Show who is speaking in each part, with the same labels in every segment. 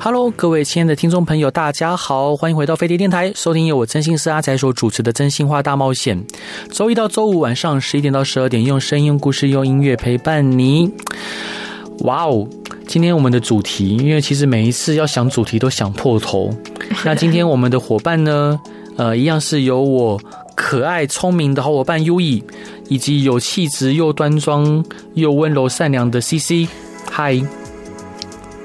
Speaker 1: Hello，各位亲爱的听众朋友，大家好，欢迎回到飞碟电台，收听由我真心是阿仔所主持的《真心话大冒险》。周一到周五晚上十一点到十二点，用声音、用故事、用音乐陪伴你。哇哦！今天我们的主题，因为其实每一次要想主题都想破头。那今天我们的伙伴呢，呃，一样是由我可爱聪明的好伙伴优以，以及有气质又端庄又温柔善良的 CC。嗨，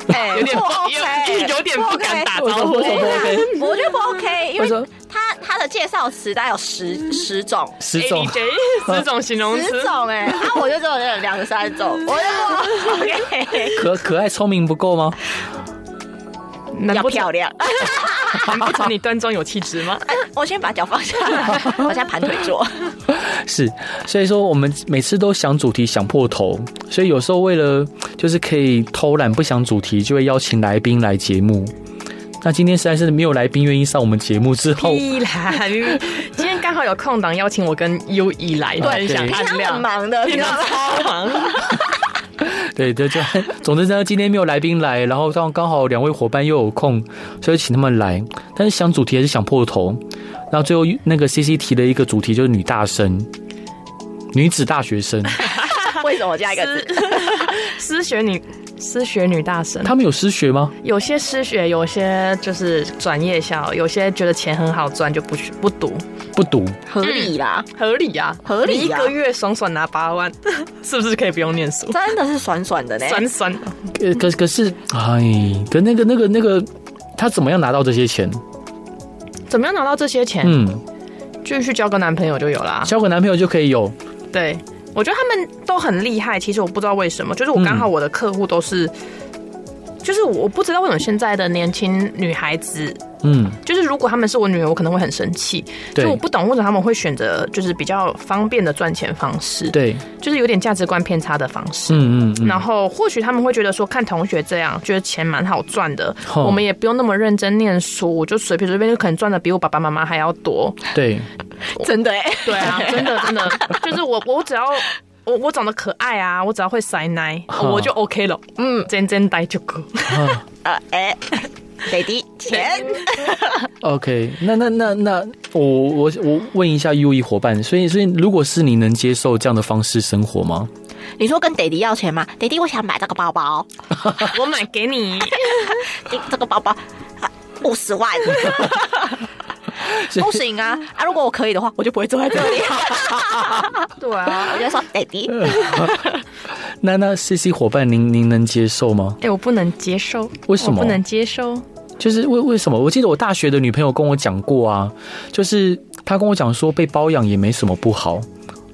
Speaker 2: 哎，
Speaker 3: 有点
Speaker 2: 不
Speaker 3: 不
Speaker 2: OK，
Speaker 3: 有有点不敢打招
Speaker 2: 我
Speaker 3: 呼
Speaker 1: 为。什么不 OK？
Speaker 2: 我觉得不 OK，因
Speaker 1: 为什
Speaker 2: 为
Speaker 1: 么
Speaker 2: 他他的介绍词大概有十十种，
Speaker 1: 石总
Speaker 3: ADJ 这种形容
Speaker 2: 十
Speaker 3: 词，
Speaker 2: 种哎，啊，我就只有这两个三种，我就 不 OK，
Speaker 1: 可可爱聪明不够吗？
Speaker 3: 难
Speaker 2: 要
Speaker 3: 不
Speaker 2: 漂
Speaker 3: 成
Speaker 2: 亮。
Speaker 3: 难不成你端庄有气质 吗？
Speaker 2: 我先把脚放下 来，我现在盘腿坐。
Speaker 1: 是，所以说我们每次都想主题想破头，所以有时候为了就是可以偷懒不想主题，就会邀请来宾来节目。那今天实在是没有来宾愿意上我们节目之后，
Speaker 3: 依然，今天刚好有空档，邀请我跟优一来分享
Speaker 2: 平
Speaker 3: 暗
Speaker 2: 常 很
Speaker 3: 亮，
Speaker 2: 忙的，
Speaker 3: 平
Speaker 2: 平
Speaker 3: 常
Speaker 2: 常
Speaker 3: 超忙，
Speaker 1: 对对，就总之呢，今天没有来宾来，然后刚刚好两位伙伴又有空，所以请他们来。但是想主题还是想破头，然后最后那个 C C 提了一个主题，就是女大生。女子大学生，
Speaker 2: 为什么加一个字？
Speaker 3: 失学女，失学女大神。
Speaker 1: 他们有失学吗？
Speaker 3: 有些失学，有些就是转夜校，有些觉得钱很好赚就不学不读，
Speaker 1: 不读，
Speaker 2: 合理啦，
Speaker 3: 合理啊，
Speaker 2: 合理啊
Speaker 3: 你一个月爽爽拿八万， 是不是可以不用念书？
Speaker 2: 真的是酸酸的呢。
Speaker 3: 酸酸，
Speaker 1: 呃可可可是，哎，可那个那个那个，他怎么样拿到这些钱？
Speaker 3: 怎么样拿到这些钱？
Speaker 1: 嗯，
Speaker 3: 就去交个男朋友就有啦。
Speaker 1: 交个男朋友就可以有，
Speaker 3: 对，我觉得他们都很厉害。其实我不知道为什么，就是我刚好我的客户都
Speaker 1: 嗯
Speaker 3: 是，就是我不知道为什么现在的年轻女孩子，
Speaker 1: 嗯，
Speaker 3: 就是如果她们是我女儿，我可能会很生气。
Speaker 1: 对
Speaker 3: 就我不懂为什么他们会选择就是比较方便的赚钱方式，，
Speaker 1: 对，
Speaker 3: 就是有点价值观偏差的方式。
Speaker 1: 嗯嗯嗯，
Speaker 3: 然后或许他们会觉得说，看同学这样，觉得钱蛮好赚的，
Speaker 1: 哦
Speaker 3: 我们也不用那么认真念书，我就随便随便就可能赚的比我爸爸妈妈还要多。
Speaker 1: 对，
Speaker 2: 真的 哎，
Speaker 3: 对啊，真的真的，就是我我只要我我长得可爱啊，我只要会塞奶，
Speaker 1: 哈
Speaker 3: 我就 OK 了。嗯，真真呆就够。
Speaker 1: 啊
Speaker 2: 呃哎，baby 钱，
Speaker 1: ，OK，那那那那，我我我问一下 U 一伙伴，所以所以，如果是你能接受这样的方式生活吗？
Speaker 2: 你说跟 daddy 要钱吗？daddy 我想买这个包包，
Speaker 3: 我买给你，
Speaker 2: 这这个包包五十万，不行啊啊！如果我可以的话，我就不会坐在这里。
Speaker 3: 对啊。
Speaker 2: 我就说 daddy，
Speaker 1: 那那 C C 伙伴，您您能接受吗？
Speaker 3: 哎、我不能接受，
Speaker 1: 为什么
Speaker 3: 我不能接受？
Speaker 1: 就是为为什么？我记得我大学的女朋友跟我讲过啊，就是她跟我讲说被包养也没什么不好。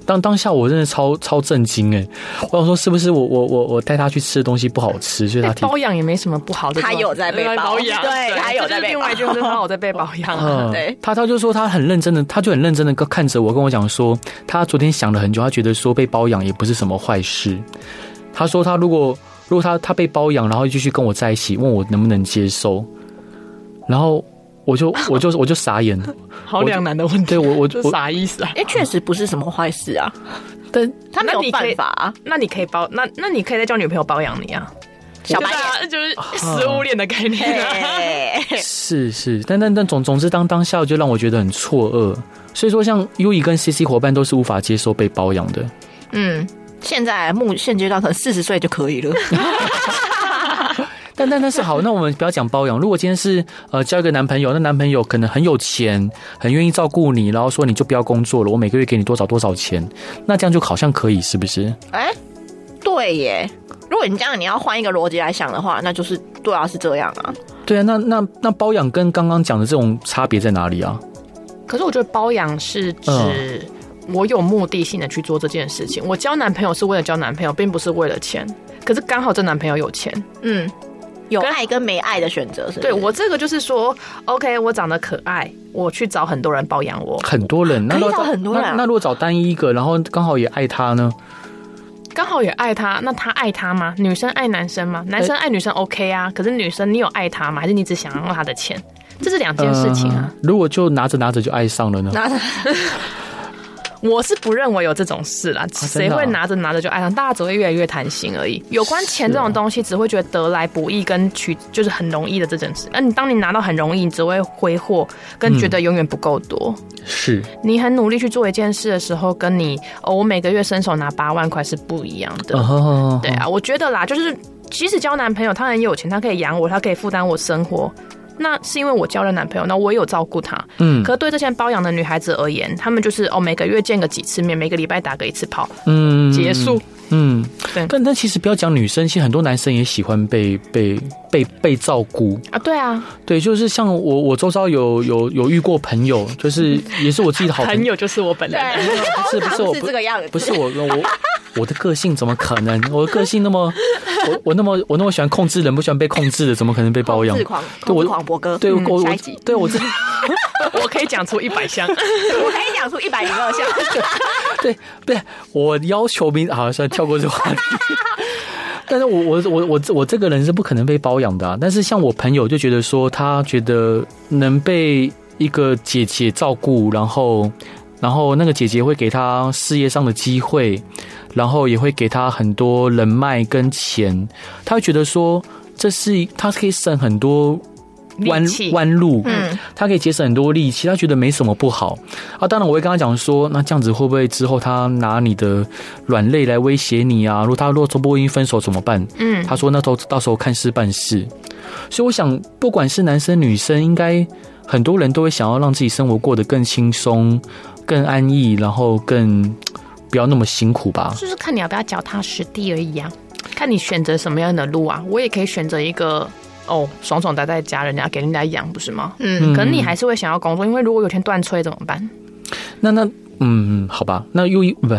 Speaker 1: 当当下我真的超超震惊哎！我想说是不是我我我我带她去吃的东西不好吃，所以她
Speaker 3: 被
Speaker 1: 提
Speaker 3: 包哎养也没什么不好的。
Speaker 2: 他有在被包
Speaker 3: 养，
Speaker 2: 对他有在被
Speaker 3: 这就是另
Speaker 2: 包
Speaker 3: 外一句话就是他有在被包养啊。
Speaker 1: 嗯
Speaker 2: 对
Speaker 1: 她她就说她很认真的，她就很认真的看着我，跟我讲说，她昨天想了很久，她觉得说被包养也不是什么坏事。她说她如果如果她她被包养，然后继续跟我在一起，问我能不能接受，然后我就我就我就傻眼了。
Speaker 3: 好两难的问题，
Speaker 1: 对嗯我我
Speaker 3: 这
Speaker 1: 我
Speaker 3: 啥意思啊？
Speaker 2: 因为确实不是什么坏事啊，
Speaker 1: 但
Speaker 2: 他没
Speaker 3: 那
Speaker 2: 有
Speaker 3: 你可
Speaker 2: 办
Speaker 3: 以
Speaker 2: 法啊，
Speaker 3: 那你可以包，那那你可以再叫女朋友包养你啊。
Speaker 2: 小白
Speaker 3: 对
Speaker 2: 脸。
Speaker 3: 啊，就是食物链的概念啊。
Speaker 2: 哎
Speaker 1: 是是，但但但总总之当当下就让我觉得很错愕。所以说，像 U E 以跟 CC 伙伴都是无法接受被包养的。
Speaker 2: 嗯，现在目现阶段可能四十岁就可以了。
Speaker 1: 但但但是 好，那我们不要讲包养。如果今天是呃交一个男朋友，那男朋友可能很有钱，很愿意照顾你，然后说你就不要工作了，我每个月给你多少多少钱，那这样就好像可以，是不是？
Speaker 2: 哎、对耶，如果你这样，你要换一个逻辑来想的话，那就是对啊，是这样啊。
Speaker 1: 对啊，那那那包养跟刚刚讲的这种差别在哪里啊？
Speaker 3: 可是我觉得包养是指我有目的性的去做这件事情。我交男朋友是为了交男朋友，并不是为了钱。可是刚好这男朋友有钱，
Speaker 2: 嗯，有爱跟没爱的选择是不是？
Speaker 3: 对 我这个就是说，OK，我长得可爱，我去找很多人包养我，
Speaker 1: 很多人，那
Speaker 2: 可以
Speaker 1: 如果
Speaker 2: 找很多人啊
Speaker 1: 那那如果找单一一个，然后刚好也爱他呢？
Speaker 3: 刚好也爱他，那他爱他吗？女生爱男生吗？男生爱女生 OK 啊，可是女生你有爱他吗？还是你只想要他的钱？这是两件事情啊。
Speaker 1: 呃如果就拿着拿着就爱上了呢？
Speaker 2: 拿着
Speaker 3: 我是不认为有这种事啦，谁、
Speaker 1: 真的啊
Speaker 3: 会拿着拿着就爱上？大家只会越来越贪心而已。有关钱这种东西，只会觉得得来不易跟取就是很容易的这件事。那你当你拿到很容易，你只会挥霍，跟
Speaker 1: 嗯
Speaker 3: 觉得永远不够多。
Speaker 1: 是，
Speaker 3: 你很努力去做一件事的时候，跟你哦，我每个月伸手拿八万块是不一样的。
Speaker 1: 嗯哼哼哼
Speaker 3: 对啊，我觉得啦，就是即使交男朋友，他很有钱，他可以养我，他可以负担我生活。那是因为我交了男朋友，那我也有照顾他。
Speaker 1: 嗯
Speaker 3: 可是对这些包养的女孩子而言，她们就是哦，每个月见个几次面，每个礼拜打个一次炮，
Speaker 1: 嗯
Speaker 3: 结束。
Speaker 1: 嗯
Speaker 3: 对，
Speaker 1: 但但其实不要讲女生，其实很多男生也喜欢被被被被照顾。
Speaker 3: 啊，对啊，
Speaker 1: 对，就是像我我周遭有有有遇过朋友，就是也是我自己的好
Speaker 3: 朋友就是我本人。
Speaker 1: 不是
Speaker 2: 对，
Speaker 1: 不是
Speaker 2: 不
Speaker 1: 我
Speaker 2: 是这个样子，
Speaker 1: 不是我我我的个性怎么可能？我的个性那么我我那么我那么喜欢控制人，不喜欢被控制的，怎么可能被包养
Speaker 2: 控制？狂，
Speaker 1: 对
Speaker 2: 控
Speaker 1: 我
Speaker 2: 制狂博哥，
Speaker 1: 对我
Speaker 2: 嗯
Speaker 1: 我
Speaker 2: 下
Speaker 1: 我
Speaker 2: 一集，
Speaker 1: 对我自己。
Speaker 3: 我可以讲出一百 箱，
Speaker 2: 我可以讲出一百零二项，
Speaker 1: 对对，我要求明好，算了跳过这个话题。 但是我我我我我这个人是不可能被包养的、啊，但是像我朋友就觉得说，他觉得能被一个姐姐照顾，然后然后那个姐姐会给他事业上的机会，然后也会给他很多人脉跟钱，他会觉得说这是他可以省很多弯
Speaker 3: 力气
Speaker 1: 弯路，
Speaker 2: 嗯，
Speaker 1: 他可以节省很多力气，他觉得没什么不好啊。当然，我会跟他讲说，那这样子会不会之后他拿你的软肋来威胁你啊？如果他如果都不愿意分手怎么办？
Speaker 3: 嗯，
Speaker 1: 他说那都到时候看事办事。所以我想，不管是男生女生，应该很多人都会想要让自己生活过得更轻松、更安逸，然后更呃不要那么辛苦吧。
Speaker 3: 就是看你要不要脚踏实地而已啊，看你选择什么样的路啊。我也可以选择一个哦，爽爽待在家，人家给人家养，不是吗？
Speaker 2: 嗯，
Speaker 3: 可能你还是会想要工作，因为如果有一天断炊怎么办？
Speaker 1: 那那嗯，好吧，那又一 不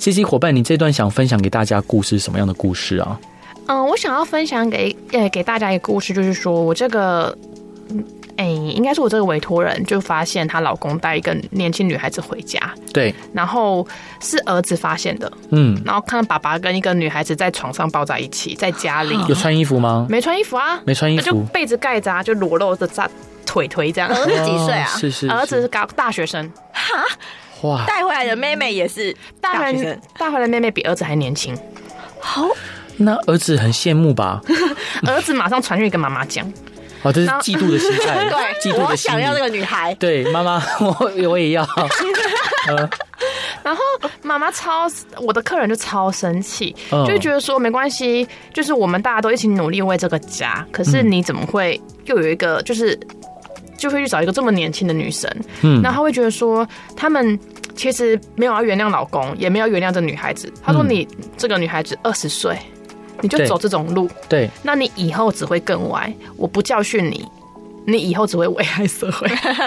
Speaker 1: ，C C 伙伴，你这段想分享给大家故事是什么样的故事啊？
Speaker 3: 嗯，我想要分享给呃给大家一个故事，就是说我这个，哎、应该是我这个委托人就发现她老公带一个年轻女孩子回家，
Speaker 1: 对，
Speaker 3: 然后是儿子发现的，
Speaker 1: 嗯，
Speaker 3: 然后看到爸爸跟一个女孩子在床上抱在一起，在家里
Speaker 1: 有穿衣服吗？
Speaker 3: 没穿衣服啊，
Speaker 1: 啊没穿衣
Speaker 3: 那就
Speaker 1: 服。
Speaker 3: 被子盖着啊，就裸露着在腿腿这样。
Speaker 2: 儿子几岁啊
Speaker 1: 哦？是是
Speaker 3: 儿子是高大学生，
Speaker 1: 是哇，
Speaker 2: 带回来的妹妹也是
Speaker 3: 大
Speaker 2: 学生
Speaker 3: 回来，大回来妹妹比儿子还年轻，
Speaker 2: 好，
Speaker 1: 那儿子很羡慕吧？
Speaker 3: 儿子马上传讯给妈妈讲，
Speaker 1: 哦，这是
Speaker 3: 然后
Speaker 1: 嫉妒的心 态，
Speaker 2: 对
Speaker 1: 嫉，妒
Speaker 2: 啊我
Speaker 1: 的心
Speaker 2: 想要这
Speaker 1: 理。
Speaker 2: 个女孩，
Speaker 1: 对，妈妈，我我也 要。
Speaker 3: 然后妈妈超，我的客人就超生气，
Speaker 1: 嗯
Speaker 3: 就会觉得说没关系，就是我们大家都一起努力为这个家，可是你怎么会又有一个就是就会去找一个这么年轻的女生？
Speaker 1: 嗯
Speaker 3: 那她会觉得说他们。其实没有要原谅老公，也没有要原谅这女孩子。她说：“
Speaker 1: 嗯
Speaker 3: 你这个女孩子二十岁，你就
Speaker 1: 对
Speaker 3: 走这种路，
Speaker 1: 对，
Speaker 3: 那你以后只会更歪。我不教训你，你以后只会危害 社会。”
Speaker 1: 啊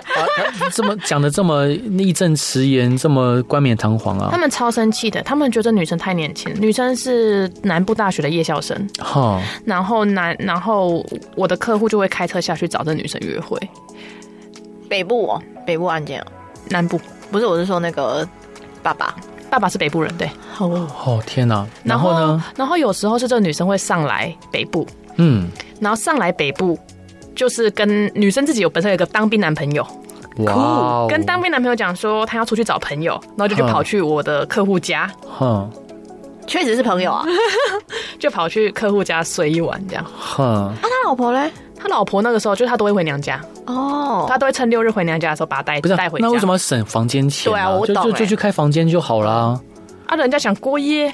Speaker 1: 他这么讲的这么义正辞严，这么冠冕堂皇
Speaker 3: 他
Speaker 1: 啊，
Speaker 3: 们超生气的，他们觉得女生太年轻了，女生是南部大学的夜校生，
Speaker 2: 嗯
Speaker 1: 哈，
Speaker 3: 然后男，然后我的客户就会开车下去找这女生约会，
Speaker 2: 北部哦，北部案件哦，
Speaker 3: 南部。
Speaker 2: 不是，我是说那个爸爸，
Speaker 3: 爸爸是北部人，对。
Speaker 2: 哦，
Speaker 1: 哦天哪，然后呢？？
Speaker 3: 然后有时候是这个女生会上来北部，
Speaker 1: 嗯，
Speaker 3: 然后上来北部就是跟女生自己有本身有一个当兵男朋友，
Speaker 1: 哇哦，
Speaker 3: 跟当兵男朋友讲说她要出去找朋友，然后就就
Speaker 1: 嗯
Speaker 3: 跑去我的客户家，
Speaker 1: 哼
Speaker 2: 确实是朋友 啊。
Speaker 3: 就跑去客户家睡一晚这样。
Speaker 1: 哼，
Speaker 2: 那他老婆嘞？
Speaker 3: 他老婆那个时候就是他都会回娘家，
Speaker 2: 哦，
Speaker 3: 他都会趁六日回娘家的时候把他带
Speaker 1: 不是啊
Speaker 3: 带回家。
Speaker 1: 那为什么要省房间钱
Speaker 2: 对啊我
Speaker 1: 就
Speaker 2: 懂
Speaker 1: 就
Speaker 2: 欸
Speaker 1: 就去开房间就好啦。
Speaker 3: 啊，人家想过夜，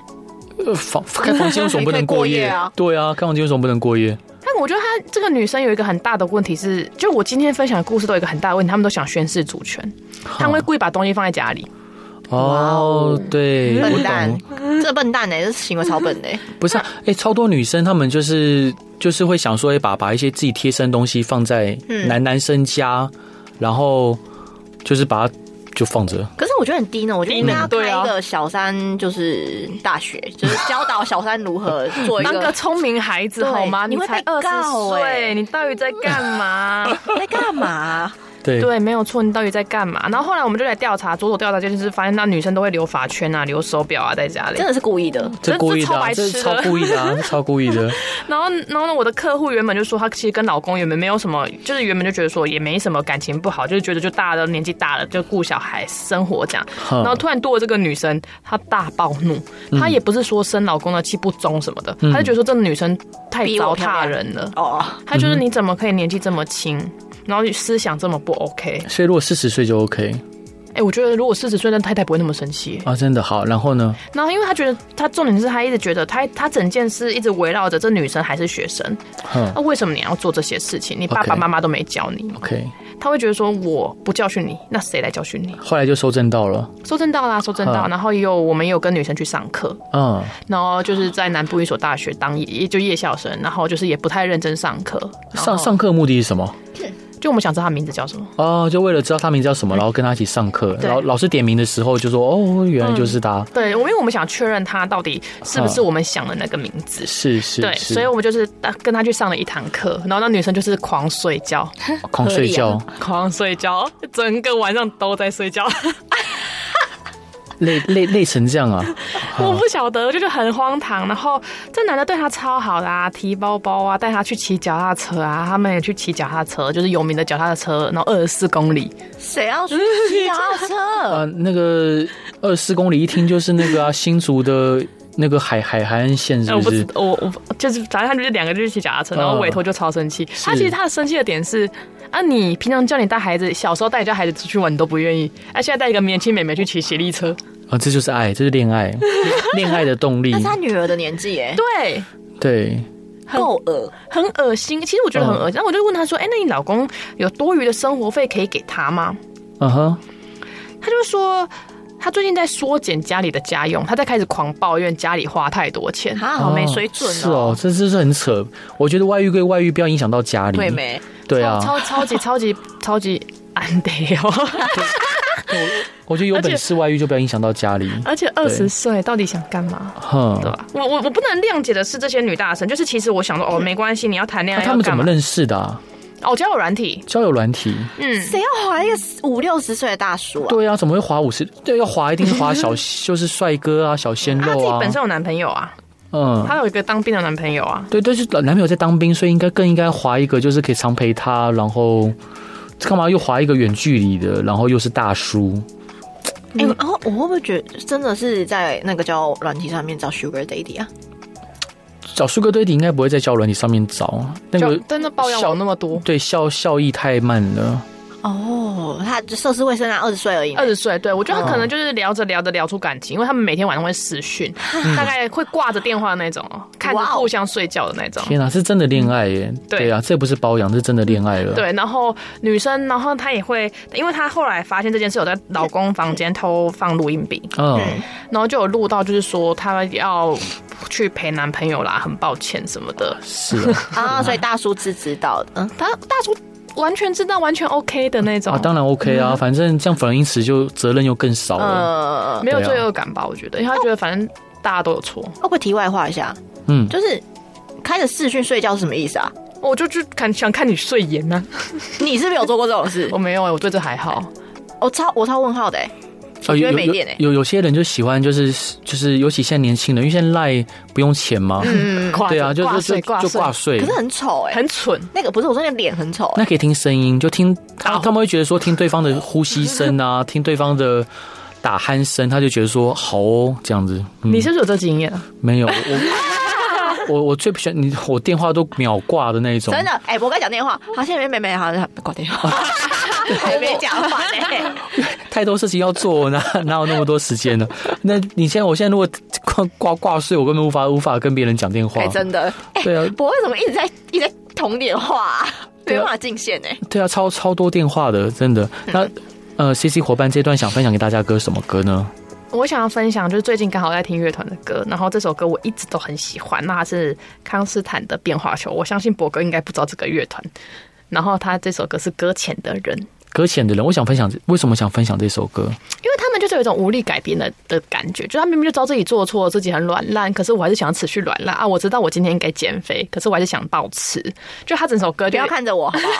Speaker 1: 呃 房开房间为什么不
Speaker 2: 你可以
Speaker 1: 能
Speaker 2: 过
Speaker 1: 过
Speaker 2: 夜
Speaker 1: 夜
Speaker 2: 啊？
Speaker 1: 对啊，开房间为什么不能过夜？
Speaker 3: 但我觉得她这个女生有一个很大的问题是，就我今天分享的故事都有一个很大的问题，他们都想宣示主权，他们会故意把东西放在家里。
Speaker 1: 哦，对，我
Speaker 2: 笨蛋
Speaker 1: 懂，，
Speaker 2: 这笨蛋呢、欸这行为超笨的、
Speaker 1: 不是、啊，哎、超多女生她们就是就是会想说，哎，把把一些自己贴身东西放在
Speaker 2: 嗯
Speaker 1: 男男生家，然后就是把它就放着。
Speaker 2: 可是我觉得很低呢，我觉得应该要
Speaker 3: 低能
Speaker 2: 开
Speaker 3: 对啊
Speaker 2: 一个小三就是大 学，就是教导小三如何做一
Speaker 3: 当个
Speaker 2: 个
Speaker 3: 聪明孩子
Speaker 2: 对
Speaker 3: 好吗？
Speaker 2: 你会
Speaker 3: 才
Speaker 2: 被
Speaker 3: 二十
Speaker 2: 告
Speaker 3: 岁，
Speaker 2: 欸
Speaker 3: 你到底在干 嘛？
Speaker 2: 在干嘛？
Speaker 1: 对
Speaker 3: 对，没有错，你到底在干嘛？然后后来我们就来调查，佐佐调查就是发现，那女生都会留发圈啊，留手表啊，在家里
Speaker 2: 真。的是故意的，
Speaker 1: 这
Speaker 3: 这
Speaker 1: 故意的、啊，这
Speaker 3: 这
Speaker 1: 是
Speaker 3: 超
Speaker 1: 超
Speaker 3: 白痴的
Speaker 1: 故意的、啊， 这超故意的。
Speaker 3: 然后，然后呢，我的客户原本就说，她其实跟老公原本没有什么，就是原本就觉得说也没什么感情不好，就是觉得就大家都年纪大了，就顾小孩生活这样。
Speaker 1: 然
Speaker 3: 然后突然多了这个女生，她大暴怒，
Speaker 1: 嗯
Speaker 3: 她也不是说生老公的气不忠什么的，她就觉得说这个女生太
Speaker 2: 比
Speaker 3: 糟
Speaker 2: 我漂
Speaker 3: 蹋
Speaker 2: 亮
Speaker 3: 人
Speaker 1: 嗯
Speaker 3: 了，
Speaker 2: 哦，
Speaker 3: 她就是你怎么可以年纪这么轻，然后思想这么不 OK？
Speaker 1: 所以如果四十岁就 OK
Speaker 3: 哎、我觉得如果四十岁的太太不会那么生气、
Speaker 1: 啊，真的好。然后呢，
Speaker 3: 然后，因为他觉得他重点是他一直觉得他他整件事一直围绕着这女生还是学生，
Speaker 1: 哼
Speaker 3: 那、为什么你要做这些事情？你
Speaker 1: 嗯
Speaker 3: 爸
Speaker 1: OK
Speaker 3: 爸妈妈都没教你
Speaker 1: ，OK，
Speaker 3: 他会觉得说我不教训你，那谁来教训你？
Speaker 1: 后来就收正到了，
Speaker 3: 收正到啦，收正到。
Speaker 1: 嗯
Speaker 3: 然后也有我们也有跟女生去上课，
Speaker 1: 嗯，
Speaker 3: 然后就是在南部一所大学当夜就夜校生，然后就是也不太认真上课。然后
Speaker 1: 上上课目的是什么？
Speaker 3: 就我们想知道他名字叫什么，
Speaker 1: 哦，就为了知道他名字叫什么，然后跟他一起上课。
Speaker 3: 嗯对
Speaker 1: 然后老师点名的时候就说：“哦，原来就是他。
Speaker 3: 对，我因为我们想确认他到底是不是我们想的那个名字。
Speaker 1: 是是
Speaker 3: 对，
Speaker 1: 是，
Speaker 3: 所以我们就是呃跟他去上了一堂课，然后那女生就是狂睡觉，
Speaker 1: 狂睡觉，
Speaker 3: 狂睡觉，整个晚上都在睡觉。
Speaker 1: 累累累成这样啊！
Speaker 3: 我不晓得，就是很荒唐。然后这男的对她超好啦、提包包啊，带她去骑脚踏车啊，他们也去骑脚踏车，就是有名的脚踏车，然后二十四公里。
Speaker 2: 谁要去骑脚踏车？
Speaker 1: 啊，那个二四公里一听就是那 个啊，新竹的那个海海海岸线是
Speaker 3: 哎我
Speaker 1: 不
Speaker 3: 不
Speaker 1: 是
Speaker 3: 知？我我就是反正他们就是两个就是骑脚踏车，然后
Speaker 1: 嗯
Speaker 3: 委托就超生气。他其实他的生气的点是。啊，你平常叫你带孩子，小时候带你家孩子出去玩，你都不愿意。啊，现在带一个年轻妹妹去骑斜力车，
Speaker 1: 啊，这就是爱，这是恋 爱，恋爱的动力
Speaker 2: 那。是他女儿的年纪耶，
Speaker 3: 对，
Speaker 1: 对，
Speaker 2: 够恶
Speaker 3: 很恶心。其实我觉得很
Speaker 1: 嗯
Speaker 3: 恶心。然后我就问他说：“哎、那你老公有多余的生活费可以给他吗
Speaker 1: 嗯哼，？”
Speaker 3: 他就说。他最近在缩减家里的家用，他在开始狂抱怨家里花太多钱。
Speaker 2: 啊，好没水准
Speaker 1: 是
Speaker 2: 哦，
Speaker 1: 哦，这这是很扯。我觉得外遇归外遇，不要影响到家里。
Speaker 2: 对没？
Speaker 1: 对啊，
Speaker 3: 超超超级超级超级安得哦！
Speaker 1: 我觉得有
Speaker 3: 而且
Speaker 1: 本事外遇就不要影响到家里。
Speaker 3: 而且二十岁到底想干嘛？
Speaker 1: 哼，
Speaker 3: 对啊吧？我我我不能谅解的是这些女大生，就是其实我想说，哦，没关系，你要谈恋
Speaker 1: 那啊
Speaker 3: 爱
Speaker 1: 他
Speaker 3: 要
Speaker 1: 们怎
Speaker 3: 干
Speaker 1: 么
Speaker 3: 嘛？
Speaker 1: 认识的啊？
Speaker 3: 哦，交友软体，
Speaker 1: 交友软体？
Speaker 3: 嗯，
Speaker 2: 谁要怀一个五六十岁的大叔啊？
Speaker 1: 对啊，怎么会滑五十？对，要滑一定是滑小， 就是帅哥啊，小鲜
Speaker 3: 啊她自
Speaker 1: 肉
Speaker 3: 己
Speaker 1: 啊。
Speaker 3: 本身有男朋友啊，
Speaker 1: 嗯，
Speaker 3: 她有一个当兵的男朋友啊，
Speaker 1: 对，但是男朋友在当兵，所以应该更应该滑一个，就是可以常陪他，然后干嘛又滑一个远距离的，然后又是大叔，
Speaker 2: 哎、然后我会不会觉得真的是在那个叫软体上面找 Sugar Daddy 啊？
Speaker 1: 找苏格堆底应该不会在交友软体上面找那
Speaker 3: 就
Speaker 1: 个。
Speaker 3: 真的抱怨我那么多。
Speaker 1: 对效效益太慢了，
Speaker 2: 哦，他涉世未深啊，二十岁而已呢。
Speaker 3: 二十岁，对我觉得他
Speaker 1: 哦
Speaker 3: 可能就是聊着聊着聊出感情，因为他们每天晚上会私讯，
Speaker 1: 嗯
Speaker 3: 大概会挂着电话那种哦，看着
Speaker 2: 哇哦
Speaker 3: 互相睡觉的那种。
Speaker 1: 天哪、是真的恋爱耶！
Speaker 3: 对
Speaker 1: 对啊，这不是包养，是真的恋爱了。，
Speaker 3: 对，然后女生，然后她也会，因为她后来发现这件事，有在老公房间偷放录音笔，
Speaker 1: 嗯，
Speaker 3: 然后就有录到，就是说她要去陪男朋友啦，很抱歉什么的。
Speaker 1: 是啊，
Speaker 2: 啊，所以大叔是知道的。嗯，
Speaker 3: 她大叔完全知道，完全 OK 的那种，
Speaker 1: 啊，当然 OK 啊，反正这样反而因此就责任又更少了。
Speaker 2: 呃，
Speaker 3: 没有
Speaker 1: 对啊
Speaker 3: 罪恶感吧？我觉得，因为她觉得反正大家都有错，
Speaker 2: 会不会题外话一下？
Speaker 1: 嗯，
Speaker 2: 就是开着视讯睡觉是什么意思啊？
Speaker 3: 我就就看想看你睡颜啊呢、
Speaker 2: 你是不是有做过这种事
Speaker 3: 我？没有、欸，我对这还好。
Speaker 2: 我超我超问号的、欸，
Speaker 1: 啊，
Speaker 2: 我觉
Speaker 1: 有
Speaker 2: 得
Speaker 1: 有
Speaker 2: 没电哎、
Speaker 1: 有有些人就喜欢，就是就是，尤其现在年轻人，因为现在赖不用钱嘛，
Speaker 2: 嗯，
Speaker 3: 挂
Speaker 1: 对啊，就
Speaker 3: 挂
Speaker 1: 就就
Speaker 3: 睡挂嗯
Speaker 1: 就
Speaker 3: 睡
Speaker 1: 挂税
Speaker 2: 可。是很丑哎、
Speaker 3: 很蠢。
Speaker 2: 那个不是我说那个脸很丑、欸，
Speaker 1: 那可以听声音，就听他
Speaker 3: 哦
Speaker 1: 他们会觉得说听对方的呼吸声 啊，听对方的打鼾声，他就觉得说好哦这样子。嗯
Speaker 3: 你是不是有这经验啊？
Speaker 1: 没有我我我最不喜欢你，我电话都秒挂的那种。
Speaker 2: 真的哎、我刚讲电话，好，现在妹妹好像挂 电话，还没讲完哎、
Speaker 1: 太多事情要做，哪哪有那么多时间呢？ 那你现在，我现在如果挂挂挂睡，我根本无法无法跟别人讲电话
Speaker 2: 哎、。真的，哎、
Speaker 1: 对啊
Speaker 2: 我为什么一直在一直在通电话、啊？
Speaker 1: 对
Speaker 2: 没
Speaker 1: 啊
Speaker 2: 办法进线哎、
Speaker 1: 对啊，超超多电话的，真的。那
Speaker 2: 嗯
Speaker 1: 呃，C C 伙伴这段想分享给大家歌什么歌呢？
Speaker 3: 我想要分享，就是最近刚好在听乐团的歌，然后这首歌我一直都很喜欢，那它是康斯坦的《变化球》，我相信博哥应该不知道这个乐团。然后他这首歌是《搁浅的人》，
Speaker 1: 搁浅的人，我想分享为什么想分享这首歌？
Speaker 3: 因为他们就是有一种无力改变的的感觉，就他明明就知道自己做错，自己很软烂，可是我还是想要持续软烂啊！我知道我今天应该减肥，可是我还是想暴吃。就他整首歌
Speaker 2: 不
Speaker 3: 就
Speaker 2: 要看着我，好不好？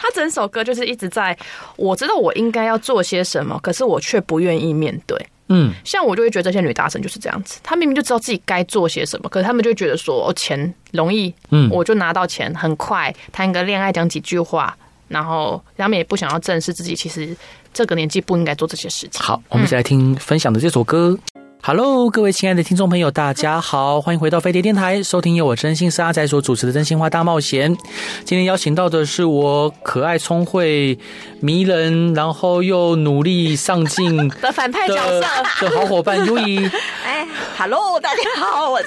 Speaker 3: 他整首歌就是一直在，我知道我应该要做些什么，可是我却不愿意面对。
Speaker 1: 嗯，
Speaker 3: 像我就会觉得这些女大神就是这样子，她明明就知道自己该做些什么，可是她们就觉得说，哦，钱容易，
Speaker 1: 嗯
Speaker 3: 我就拿到钱，很快谈个恋爱，讲几句话，然后他们也不想要正视自己，其实这个年纪不应该做这些事情。
Speaker 1: 好，我们一起来听分享的这首歌。Hello，各位亲爱的听众朋友，大家好，欢迎回到飞碟电台，收听由我真心是阿仔所主持的《真心话大冒险》。今天邀请到的是我可爱、聪慧、迷人，然后又努力上进的
Speaker 2: 的反派角色，
Speaker 1: 的好伙伴优怡，
Speaker 2: 哎，Hello，大家好，我是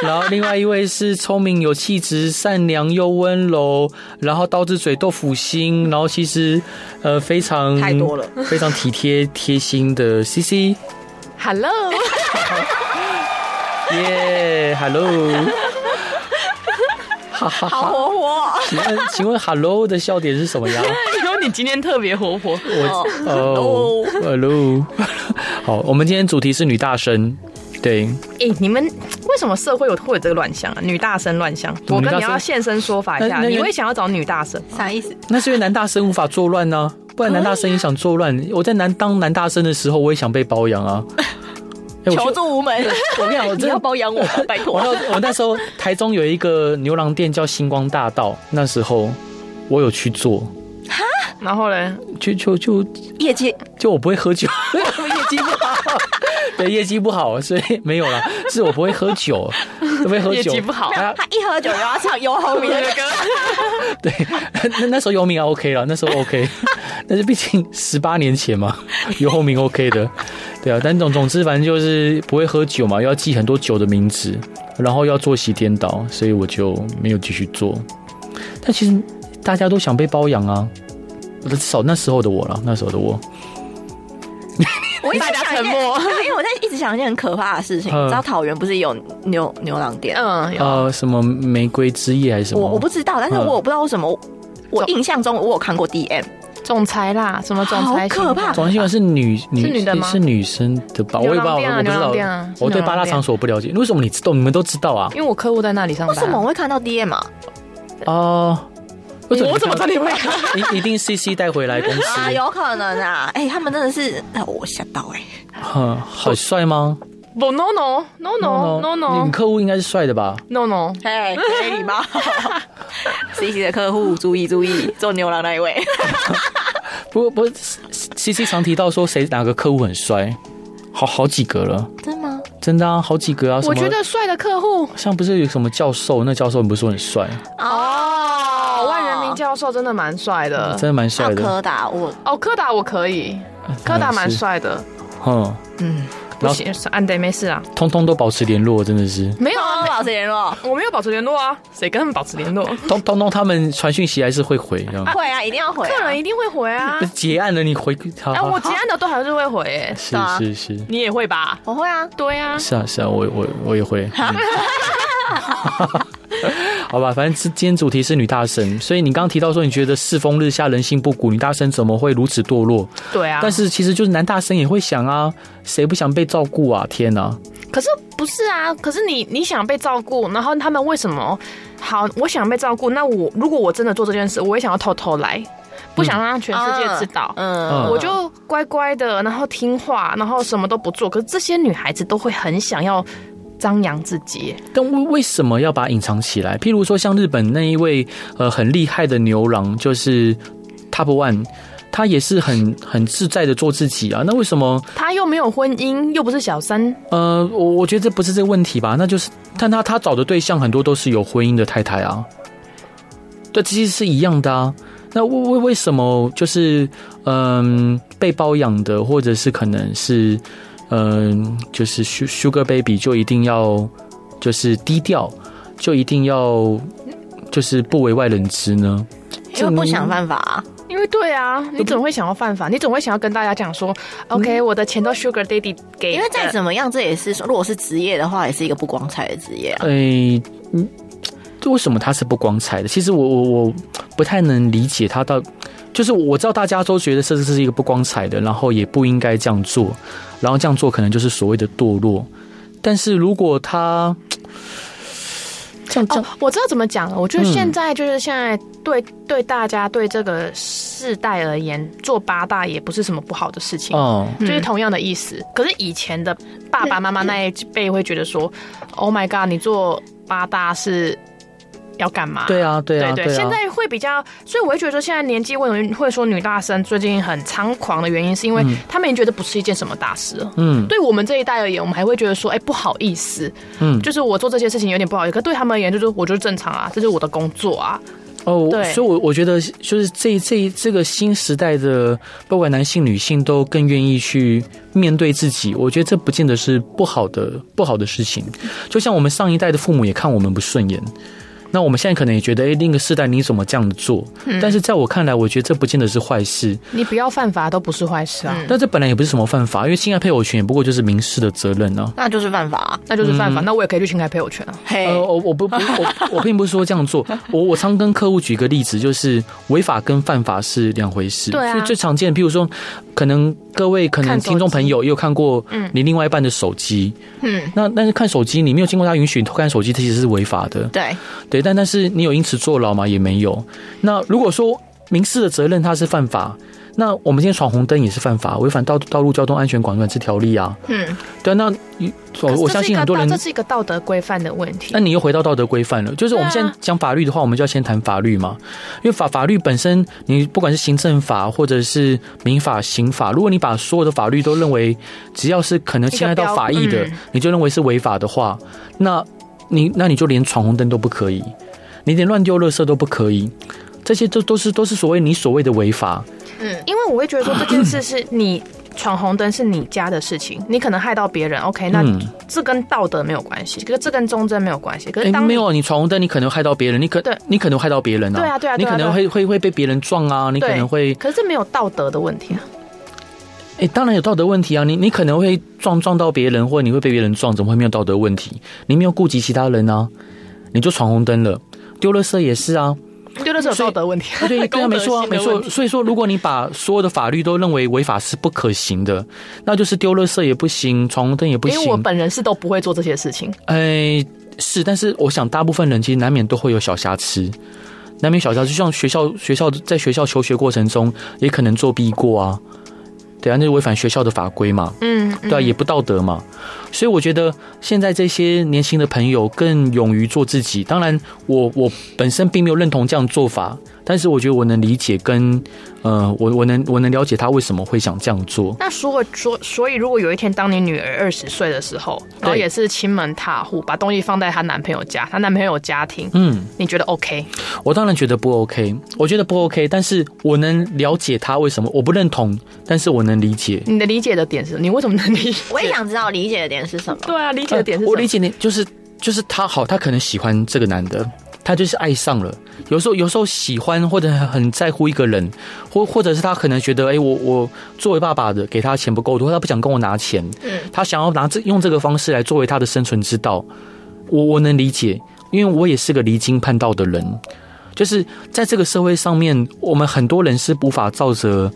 Speaker 1: 然后另外一位是聪明、有气质、善良又温柔，然后刀子嘴豆腐心，然后其实呃非常
Speaker 2: 太多了，
Speaker 1: 非常体贴贴心的 C C。
Speaker 3: Hello，
Speaker 1: 耶、h e l l o 哈哈
Speaker 2: 好
Speaker 1: 哈。
Speaker 2: 活泼。
Speaker 1: 请问，请问 “hello” 的笑点是什么 呀？
Speaker 3: 有你今天特别活泼，
Speaker 1: 我哦，hello，好，我们今天主题是女大生，对，
Speaker 3: 诶、你们为什么社会有会有这个乱象啊？女大生乱象，
Speaker 1: 么
Speaker 3: 我
Speaker 1: 女
Speaker 3: 跟
Speaker 1: 大
Speaker 3: 你
Speaker 1: 生
Speaker 3: 要现身说法一
Speaker 1: 那
Speaker 3: 下，
Speaker 1: 那个
Speaker 3: 你会想要找女大生？
Speaker 2: 啥
Speaker 1: 哎
Speaker 2: 意思？
Speaker 1: 那是因为男大生无法作乱呢、不然男大生也想作
Speaker 2: 哎
Speaker 1: 乱。我在男当男大生的时候，我也想被包养 啊。哎我去
Speaker 2: 求助无门，
Speaker 1: 我跟你讲，我
Speaker 2: 你
Speaker 1: 真
Speaker 2: 要
Speaker 1: 的。
Speaker 2: 包养我吗，拜
Speaker 1: 我
Speaker 2: 托
Speaker 1: 那。我那时候台中有一个牛郎店叫星光大道，那时候我有去做，
Speaker 3: 然后嘞，
Speaker 1: 就就就
Speaker 2: 业绩
Speaker 1: 就我不会 喝酒，业绩不好，对，业绩不好，所以没有啦。是我不会喝酒，不会喝酒，
Speaker 3: 业绩不好
Speaker 1: 啊，
Speaker 2: 他一喝酒就要唱啊尤鸿明的歌，
Speaker 1: 对， 那那时候游民还 OK 了，那时候 OK，但 是毕竟十八年前嘛，游后明 OK 的，对啊。但总总之，反正就是不会喝酒嘛，要记很多酒的名字，然后要作息颠倒，所以我就没有继续做。但其实大家都想被包养啊，至少那时候的我了，那时候的我，
Speaker 2: 我一直
Speaker 3: 大家
Speaker 2: 想一
Speaker 3: 沉
Speaker 2: 件，
Speaker 3: 默。
Speaker 2: 因为我在一直想一件很可怕的事情。
Speaker 1: 嗯
Speaker 2: 你知道桃园不是有牛牛郎店？
Speaker 3: 嗯，有
Speaker 1: 呃，什么玫瑰之夜还是什么？
Speaker 2: 我我不知道，但是
Speaker 1: 嗯
Speaker 2: 我不知道为什么，我印象中我有看过 DM，
Speaker 3: 总裁啦，什么总
Speaker 2: 好
Speaker 3: 裁？
Speaker 2: 可怕
Speaker 1: 总新闻是女女
Speaker 3: 是女的吗
Speaker 1: 是女生的吧？我也不知道，
Speaker 3: 牛
Speaker 1: 我
Speaker 3: 郎
Speaker 1: 不
Speaker 3: 店啊
Speaker 1: 知
Speaker 3: 牛郎
Speaker 1: 道，
Speaker 3: 店啊
Speaker 1: 我
Speaker 3: 是
Speaker 1: 对
Speaker 3: 牛郎
Speaker 1: 八大
Speaker 3: 店
Speaker 1: 场所不了解。为什么你都你们都知道啊？
Speaker 3: 因为我客户在那里上
Speaker 2: 为
Speaker 3: 班。
Speaker 2: 什么我会看到 DM 啊？
Speaker 1: 哦，为什么
Speaker 3: 我怎么知道你会？
Speaker 1: 一一定 CC 带回来公 司？
Speaker 2: 啊， 有可能啊！哎、他们真的是，哎我吓到哎、
Speaker 1: 哼，好帅吗
Speaker 3: 不，no no no no no
Speaker 1: 你
Speaker 3: no
Speaker 1: 客户应该是帅的吧？
Speaker 3: no no，
Speaker 2: 哎，没礼 貌。C C 的客户注意注意，做牛郎那一位，
Speaker 1: 不不，CC 常提到说谁哪个客户很帅，好好几个了，
Speaker 2: 真的吗？
Speaker 1: 真的啊，好几个啊。什
Speaker 3: 我
Speaker 1: 么
Speaker 3: 觉得帅的客户
Speaker 1: 像不是有什么教授，那教授不是说很帅，
Speaker 3: 哦，万人迷
Speaker 2: 教
Speaker 3: 教授真的蛮帅的
Speaker 1: 真。的蛮帅
Speaker 2: 要
Speaker 1: 的。
Speaker 2: 柯达，我
Speaker 3: 哦，柯达我可以，柯达蛮帅的。
Speaker 1: 嗯，
Speaker 2: 嗯，
Speaker 3: 不行，是安德没事啊，
Speaker 1: 通通都保持联络，真的是。
Speaker 3: 没有
Speaker 2: 跟我
Speaker 3: 啊，
Speaker 2: 保持哦联络。
Speaker 3: 我没有保持联络啊，谁跟他们保持联络？
Speaker 1: 通通通他们传讯息还是会回，这样。
Speaker 2: 会啊，一定要回、
Speaker 3: 客
Speaker 2: 啊
Speaker 3: 人。一定会回啊
Speaker 1: 不是。结案了，你回好
Speaker 3: 哎，
Speaker 1: 啊好
Speaker 3: 我结案的都还是会回，哎，
Speaker 1: 是
Speaker 2: 啊
Speaker 1: 是是
Speaker 3: 你也会吧？
Speaker 2: 我会啊，
Speaker 3: 对啊，
Speaker 1: 是啊是啊，我我我也 会。 嗯好吧，反正是今天主题是女大生，所以你刚刚提到说你觉得世风日下，人心不古，女大生怎么会如此堕落？
Speaker 3: 对啊。
Speaker 1: 但是其实就是男大生也会想啊，谁不想被照顾啊？天哪、
Speaker 3: 可是不是啊？可是你你想被照顾，然后他们为什么？好，我想被照顾，那我如果我真的做这件事，我也想要偷偷来，不想让全世界知道。
Speaker 1: 嗯
Speaker 2: 嗯
Speaker 3: 我就乖乖的，然后听话，然后什么都不做。可是这些女孩子都会很想要张扬自己，
Speaker 1: 但为为什么要把它隐藏起来？譬如说，像日本那一位呃很厉害的牛郎，就是 Top One，他也是很很自在的做自己啊。那为什么
Speaker 3: 她又没有婚姻，又不是小三，
Speaker 1: 呃，我我觉得这不是这个问题吧，那就是，但他他找的对象很多都是有婚姻的太太啊，对，其实是一样的啊。那为为为什么就是嗯、被包养的，或者是可能是嗯、就是 su- Sugar Baby 就一定要就是低调，就一定要就是不为外人知呢？
Speaker 2: 因为不想犯法、啊，
Speaker 3: 因为对啊，你总会想要犯法，你总会想要跟大家讲说，OK，我的钱都 Sugar Daddy 给的，
Speaker 2: 因为再怎么样，这也是说，如果是职业的话，也是一个不光彩的职业啊。
Speaker 1: 诶、嗯，为什么他是不光彩的？其实我我我不太能理解他到就是我知道大家都觉得这这是一个不光彩的，然后也不应该这样做，然后这样做可能就是所谓的堕落。但是如果他这样这
Speaker 3: 哦
Speaker 1: 样，，
Speaker 3: 我知道怎么讲了。我觉得
Speaker 1: 嗯
Speaker 3: 现在就是现在对、对大家对这个世代而言，做八大也不是什么不好的事情。
Speaker 1: 哦，嗯
Speaker 3: 就是同样的意思，可是以前的爸爸妈妈那一辈会觉得说、o h my god，你做八大是要干嘛？
Speaker 1: 对啊，对啊，
Speaker 3: 对
Speaker 1: 啊
Speaker 3: 现。在会比较，所以我会觉得说，现在年纪为什么会说女大生最近很猖狂的原因，是因为他们也觉得不是一件什么大事了。
Speaker 1: 嗯
Speaker 3: 对我们这一代而言，我们还会觉得说，哎、不好意思，
Speaker 1: 嗯，
Speaker 3: 就是我做这些事情有点不好意思。可对他们而言，就是我就是正常啊，这就是我的工作啊。
Speaker 1: 哦，
Speaker 3: 对
Speaker 1: 所以我，我觉得就是这这这个新时代的，不管男性女性，都更愿意去面对自己。我觉得这不见得是不好的不好的事情。就像我们上一代的父母也看我们不顺眼，那我们现在可能也觉得，哎，另一个世代你怎么这样做？但是在我看来，我觉得这不见得是坏事。
Speaker 3: 你不要犯法都不是坏事啊，
Speaker 1: 那这本来也不是什么犯法，因为性爱配偶权也不过就是民事的责任啊。
Speaker 2: 那就是犯法、啊。
Speaker 3: 那就是犯法，
Speaker 1: 嗯
Speaker 3: 那我也可以去侵害配偶权啊。
Speaker 2: 嘿，
Speaker 1: 呃，我我不不我我并不是说这样做，我我常跟客户举个例子，就是违法跟犯法是两回事。
Speaker 3: 对啊
Speaker 1: 所以最常见的，譬如说，可能各位可能
Speaker 3: 看手机
Speaker 1: 听众朋友也有看过
Speaker 3: 嗯
Speaker 1: 你另外一半的手机，
Speaker 2: 嗯，
Speaker 1: 那但是看手机你没有经过他允许，你偷看手机，这其实是违法的。
Speaker 2: 对，
Speaker 1: 对，但但是你有因此坐牢吗？也没有。那如果说民事的责任它是犯法，那我们今天闯红灯也是犯法，违反道道路交通安全管管制条例啊。
Speaker 2: 嗯，
Speaker 1: 对啊，那我我相信很多人嗯
Speaker 3: 这是一个道德规范的问题
Speaker 1: 那。你又回到道德规范了，就是我们
Speaker 3: 对
Speaker 1: 现
Speaker 3: 啊
Speaker 1: 在讲法律的话，我们就要先谈法律嘛，因为法法律本身，你不管是行政法或者是民法、刑法，如果你把所有的法律都认为只要是可能侵害到法益
Speaker 3: 一个
Speaker 1: 的
Speaker 3: 标嗯，
Speaker 1: 你就认为是违法的话，那你那你就连闯红灯都不可以，你连乱丢垃圾都不可以，这些都都是都是所谓你所谓的违法，
Speaker 2: 嗯，
Speaker 3: 因为我会觉得说这件事是你闯红灯是你家的事情，你可能害到别人，OK，那
Speaker 1: 嗯
Speaker 3: 这跟道德没有关系，可是这跟忠贞没有关系。可是
Speaker 1: 诶
Speaker 3: 当你
Speaker 1: 哎没有啊你闯红灯，你可能害到别人，你可
Speaker 3: 对
Speaker 1: 你可能害到别人啊，
Speaker 3: 对啊对啊对啊
Speaker 1: 你可
Speaker 3: 对
Speaker 1: 能
Speaker 3: 啊
Speaker 1: 会会会被别人撞啊，你可
Speaker 3: 对
Speaker 1: 能会。
Speaker 3: 可是这没有道德的问题啊。
Speaker 1: 哎、当然有道德问题啊！你你可能会撞撞到别人，或者你会被别人撞，怎么会没有道德问题？你没有顾及其他人啊，你就闯红灯了，丢垃圾也是啊。
Speaker 3: 丢的是有道德问题，
Speaker 1: 对对对啊，没错啊，没错。所以说，如果你把所有的法律都认为违法是不可行的，那就是丢垃圾也不行，闯红灯也不
Speaker 3: 因为我
Speaker 1: 行。
Speaker 3: 本人是都不会做这些事情，
Speaker 1: 哎、是，但是我想大部分人其实难免都会有小瑕疵。难免有小瑕疵，就像学校学校在学校求学过程中，也可能作弊过啊，对啊，那就违反学校的法规嘛。
Speaker 3: 嗯，
Speaker 1: 对啊，也不道德嘛。所以我觉得现在这些年轻的朋友更勇于做自己。当然我，我本身并没有认同这样做法，但是我觉得我能理解跟呃，我我能我能了解他为什么会想这样做。
Speaker 3: 那如果所所以，如果有一天当你女儿二十岁的时候，然后
Speaker 1: 对
Speaker 3: 也是亲门踏户，把东西放在她男朋友家，她男朋友有家庭，
Speaker 1: 嗯，
Speaker 3: 你觉得 OK？
Speaker 1: 我当然觉得不 OK，我觉得不 OK，但是我能了解他为什么，我不认同，但是我能理解。
Speaker 3: 你的理解的点是你为什么能理解？
Speaker 2: 我也想知道理解的点是什么。
Speaker 3: 对啊，理解的点是
Speaker 1: 呃
Speaker 3: 什
Speaker 1: 我
Speaker 3: 么
Speaker 1: 理？解你，就是就是他好，他可能喜欢这个男的，他就是爱上了。有时候有时候喜欢或者很很在乎一个人，或或者是他可能觉得，哎、我我作为爸爸的给他钱不够多，他不想跟我拿钱，
Speaker 2: 嗯
Speaker 1: 他想要拿这用这个方式来作为他的生存之道。我我能理解，因为我也是个离经叛道的人。就是在这个社会上面，我们很多人是无法照着，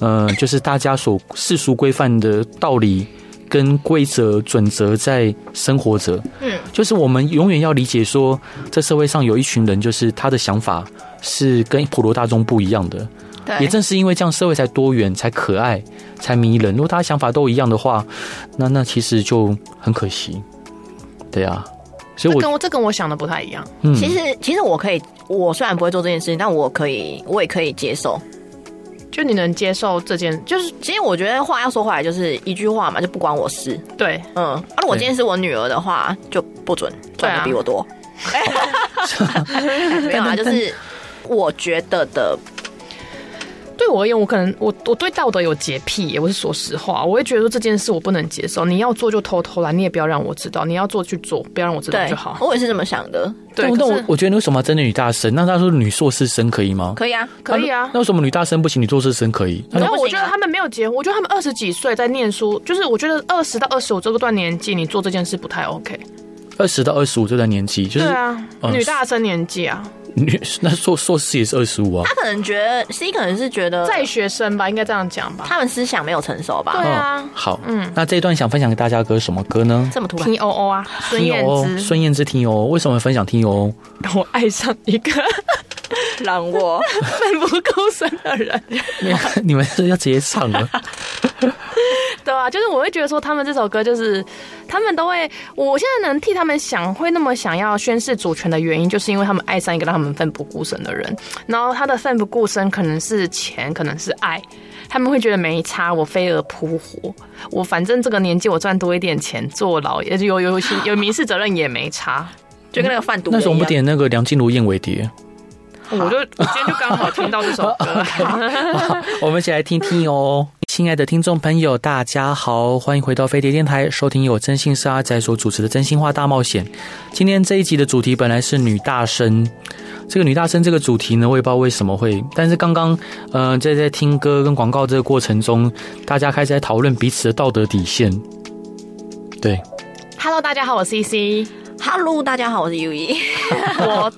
Speaker 1: 呃，就是大家所世俗规范的道理跟规则准则在生活着。
Speaker 2: 嗯，
Speaker 1: 就是我们永远要理解说，这社会上有一群人，就是他的想法是跟普罗大众不一样的。
Speaker 2: 对，
Speaker 1: 也正是因为这样，社会才多元，才可爱，才迷人。如果大家想法都一样的话，那那其实就很可惜。对啊，所以
Speaker 3: 这
Speaker 1: 我
Speaker 3: 跟我这跟我想的不太一样。
Speaker 1: 嗯，
Speaker 2: 其实其实我可以，我虽然不会做这件事情，但我可以，我也可以接受。
Speaker 3: 就你能接受这件，就是
Speaker 2: 其实我觉得话要说回来，就是一句话嘛，就不关我事。
Speaker 3: 对，
Speaker 2: 嗯，啊，如果今天是我女儿的话，就不准赚的比我多。哎 没有啊，就是我觉得的，
Speaker 3: 对我而言，我可能我我对道德有洁癖耶，我是说实话，我会觉得说这件事我不能接受。你要做就偷偷来，你也不要让我知道，你要做去做，不要让我知道
Speaker 2: 对
Speaker 3: 就好，。
Speaker 2: 我也是这么想的。
Speaker 3: 对，
Speaker 1: 但但
Speaker 3: 可
Speaker 1: 我
Speaker 3: 是
Speaker 1: 我觉得你为什么要针对女大生？那他说女硕士生可以吗？
Speaker 2: 可以啊，
Speaker 3: 可以啊
Speaker 1: 那。那为什么女大生不行，女硕士生可以？那
Speaker 3: 然后
Speaker 2: 不
Speaker 3: 我
Speaker 2: 行
Speaker 3: 觉
Speaker 2: 啊
Speaker 3: 得他们没有结婚，我觉得他们二十几岁在念书，就是我觉得二十到二十五这个段年纪，你做这件事不太 OK。
Speaker 1: 二十到二十五这段年纪，就是
Speaker 3: 对啊，
Speaker 1: 嗯
Speaker 3: 女大生年纪啊，
Speaker 1: 你那硕硕士也是二十五啊
Speaker 2: 他，可能觉得 C 可能是觉得
Speaker 3: 在学生吧，应该这样讲吧。
Speaker 2: 他们思想没有成熟吧
Speaker 3: 对？啊
Speaker 1: 嗯，好，嗯，那这一段想分享给大家的歌是什么歌呢？
Speaker 2: 这么 突然，
Speaker 3: 听哦哦啊，孙
Speaker 1: 听友
Speaker 3: 燕
Speaker 1: 哦
Speaker 3: 姿，
Speaker 1: 孙燕姿听友哦，为什么分享听友哦？
Speaker 3: 让 我爱上一个
Speaker 2: 让我
Speaker 3: 奋不顾身的人。
Speaker 1: 你们是要直接唱 了？
Speaker 3: 对啊，就是我会觉得说，他们这首歌就是他们都会，我现在能替他们想，会那么想要宣示主权的原因，就是因为他们爱上一个让他们奋不顾身的人，然后他的奋不顾身可能是钱，可能是爱。他们会觉得没差，我飞蛾扑火，我反正这个年纪我赚多一点钱，坐牢也有有有有民事责任也没差，
Speaker 2: 就跟那个贩毒的
Speaker 1: 那
Speaker 2: 一
Speaker 1: 时候我
Speaker 2: 样
Speaker 1: 们点那个梁静茹《燕尾蝶
Speaker 3: 我就我今天就刚好听到这首歌，》，
Speaker 1: 我们一起来听听友哦。亲爱的听众朋友，大家好，欢迎回到飞碟电台，收听由真心是阿仔所主持的《真心话大冒险》。今天这一集的主题本来是女大生，这个女大生这个主题呢，我也不知道为什么会，但是刚刚，呃，在在听歌跟广告这个过程中，大家开始在讨论彼此的道德底线。对，
Speaker 3: Hello，大家好，我是 C C，
Speaker 2: Hello，大家好，我是 U E 一。
Speaker 3: 我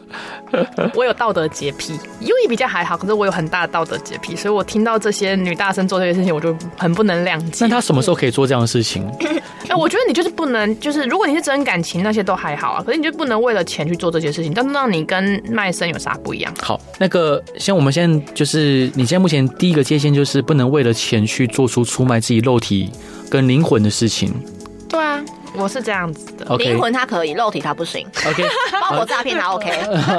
Speaker 3: 我有道德洁癖，优异比较还好，可是我有很大的道德洁癖，所以我听到这些女大生做这些事情，我就很不能谅解
Speaker 1: 那。她什么时候可以做这样的事情？
Speaker 3: 哎、我觉得你就是不能，就是如果你是真感情，那些都还好啊，可是你就不能为了钱去做这些事情，但是让你跟卖身有啥不一样？
Speaker 1: 好，那个像我们现在就是，你现在目前第一个界限就是不能为了钱去做出出卖自己肉体跟灵魂的事情。
Speaker 3: 对啊，我是这样子的。
Speaker 1: OK
Speaker 2: 灵魂他可以，肉体他不行，
Speaker 1: OK 呃
Speaker 2: 包裹诈骗他 OK。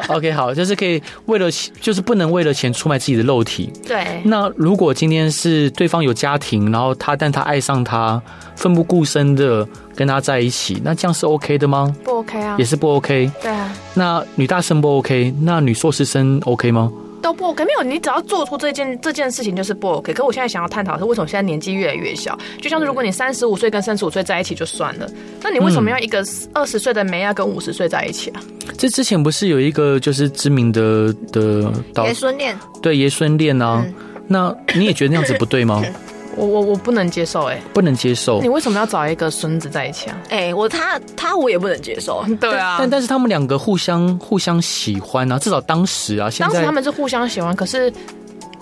Speaker 1: OK，好，就是可以为了就是不能为了钱出卖自己的肉体。
Speaker 3: 对，
Speaker 1: 那如果今天是对方有家庭，然后他但他爱上他，奋不顾身的跟他在一起，那这样是 OK 的吗？
Speaker 3: 不 OK 啊
Speaker 1: 也，是不 OK。
Speaker 3: 对啊，
Speaker 1: 那女大生不 OK，那女硕士生 OK 吗？
Speaker 3: 都不 OK。没有，你只要做出这件这件事情就是不 OK。可我现在想要探讨的是，为什么现在年纪越来越小？就像是如果你三十五岁跟三十五岁在一起就算了，那你为
Speaker 1: 嗯
Speaker 3: 什么要一个二十岁的梅亚跟五十岁在一起啊？
Speaker 1: 这之前不是有一个就是知名的的导
Speaker 2: 爷孙恋，
Speaker 1: 对爷孙恋啊，
Speaker 2: 嗯
Speaker 1: 那你也觉得那样子不对吗？
Speaker 3: 我我我不能接受哎、
Speaker 1: 不能接受
Speaker 3: 你。为什么要找一个孙子在一起啊？
Speaker 2: 哎、我他他我也不能接受。
Speaker 3: 对啊
Speaker 1: 但但是他们两个互相互相喜欢啊，至少当时啊，现
Speaker 3: 当时
Speaker 1: 在
Speaker 3: 他们是互相喜欢，可是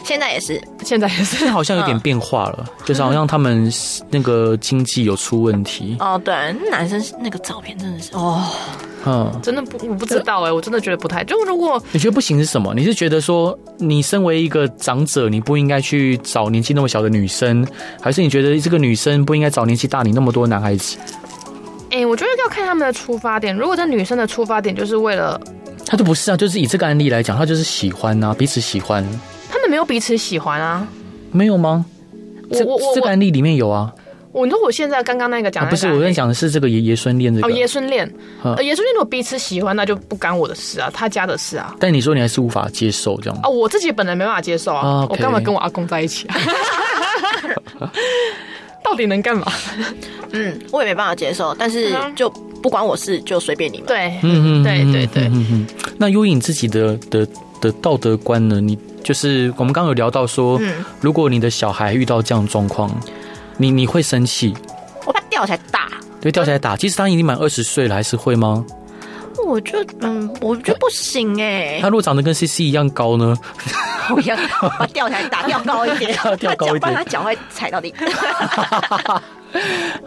Speaker 2: 现在也是，
Speaker 3: 现在也是
Speaker 1: 现在好像有点变化了，
Speaker 3: 嗯
Speaker 1: 就是好像他们那个经济有出问题，
Speaker 2: 哦，对，那男生那个照片真的是，哦，
Speaker 1: 嗯。
Speaker 3: 真的不我不知道哎、我真的觉得不太。就如果
Speaker 1: 你觉得不行是什么？你是觉得说，你身为一个长者，你不应该去找年纪那么小的女生，还是你觉得这个女生不应该找年纪大你那么多男孩子？
Speaker 3: 哎、我觉得要看他们的出发点。如果这女生的出发点就是为了
Speaker 1: 他就不是啊，就是以这个案例来讲，他就是喜欢啊，彼此喜欢，
Speaker 3: 他们没有彼此喜欢啊，
Speaker 1: 没有吗？
Speaker 3: 我
Speaker 1: 这
Speaker 3: 我我
Speaker 1: 这个案例里面有啊，
Speaker 3: 我你说我现在刚刚那个讲、
Speaker 1: 啊
Speaker 3: 的
Speaker 1: 不是我跟你讲的是这个爷爷孙恋这个
Speaker 3: 哦，爷孙恋，
Speaker 1: 嗯
Speaker 3: 呃，爷孙恋如果彼此喜欢，那就不干我的事啊，他家的事啊。
Speaker 1: 但你说你还是无法接受这样
Speaker 3: 啊、，我自己本人没办法接受啊，
Speaker 1: 啊，OK
Speaker 3: 我干嘛跟我阿公在一起啊？ 到底能干嘛？
Speaker 2: 嗯，我也没办法接受，但是就不关我事，就随便你们。
Speaker 3: 对，
Speaker 1: 嗯嗯，
Speaker 3: 对对对
Speaker 1: 嗯嗯嗯。那优颖自己的的的道德观呢？你就是我们刚刚有聊到说，
Speaker 3: 嗯
Speaker 1: 如果你的小孩遇到这样的状况，你你会生气，
Speaker 2: 我怕吊起来打，
Speaker 1: 对，吊起来
Speaker 3: 嗯
Speaker 1: 打。即使他已经满二十岁了，还是会吗？
Speaker 2: 我就嗯，我觉得不行哎、
Speaker 1: 他如果长得跟 CC 一样高呢？
Speaker 2: 我要把吊起来 打，吊高一点，
Speaker 1: 吊吊高一点
Speaker 2: 不然他脚会踩 到地。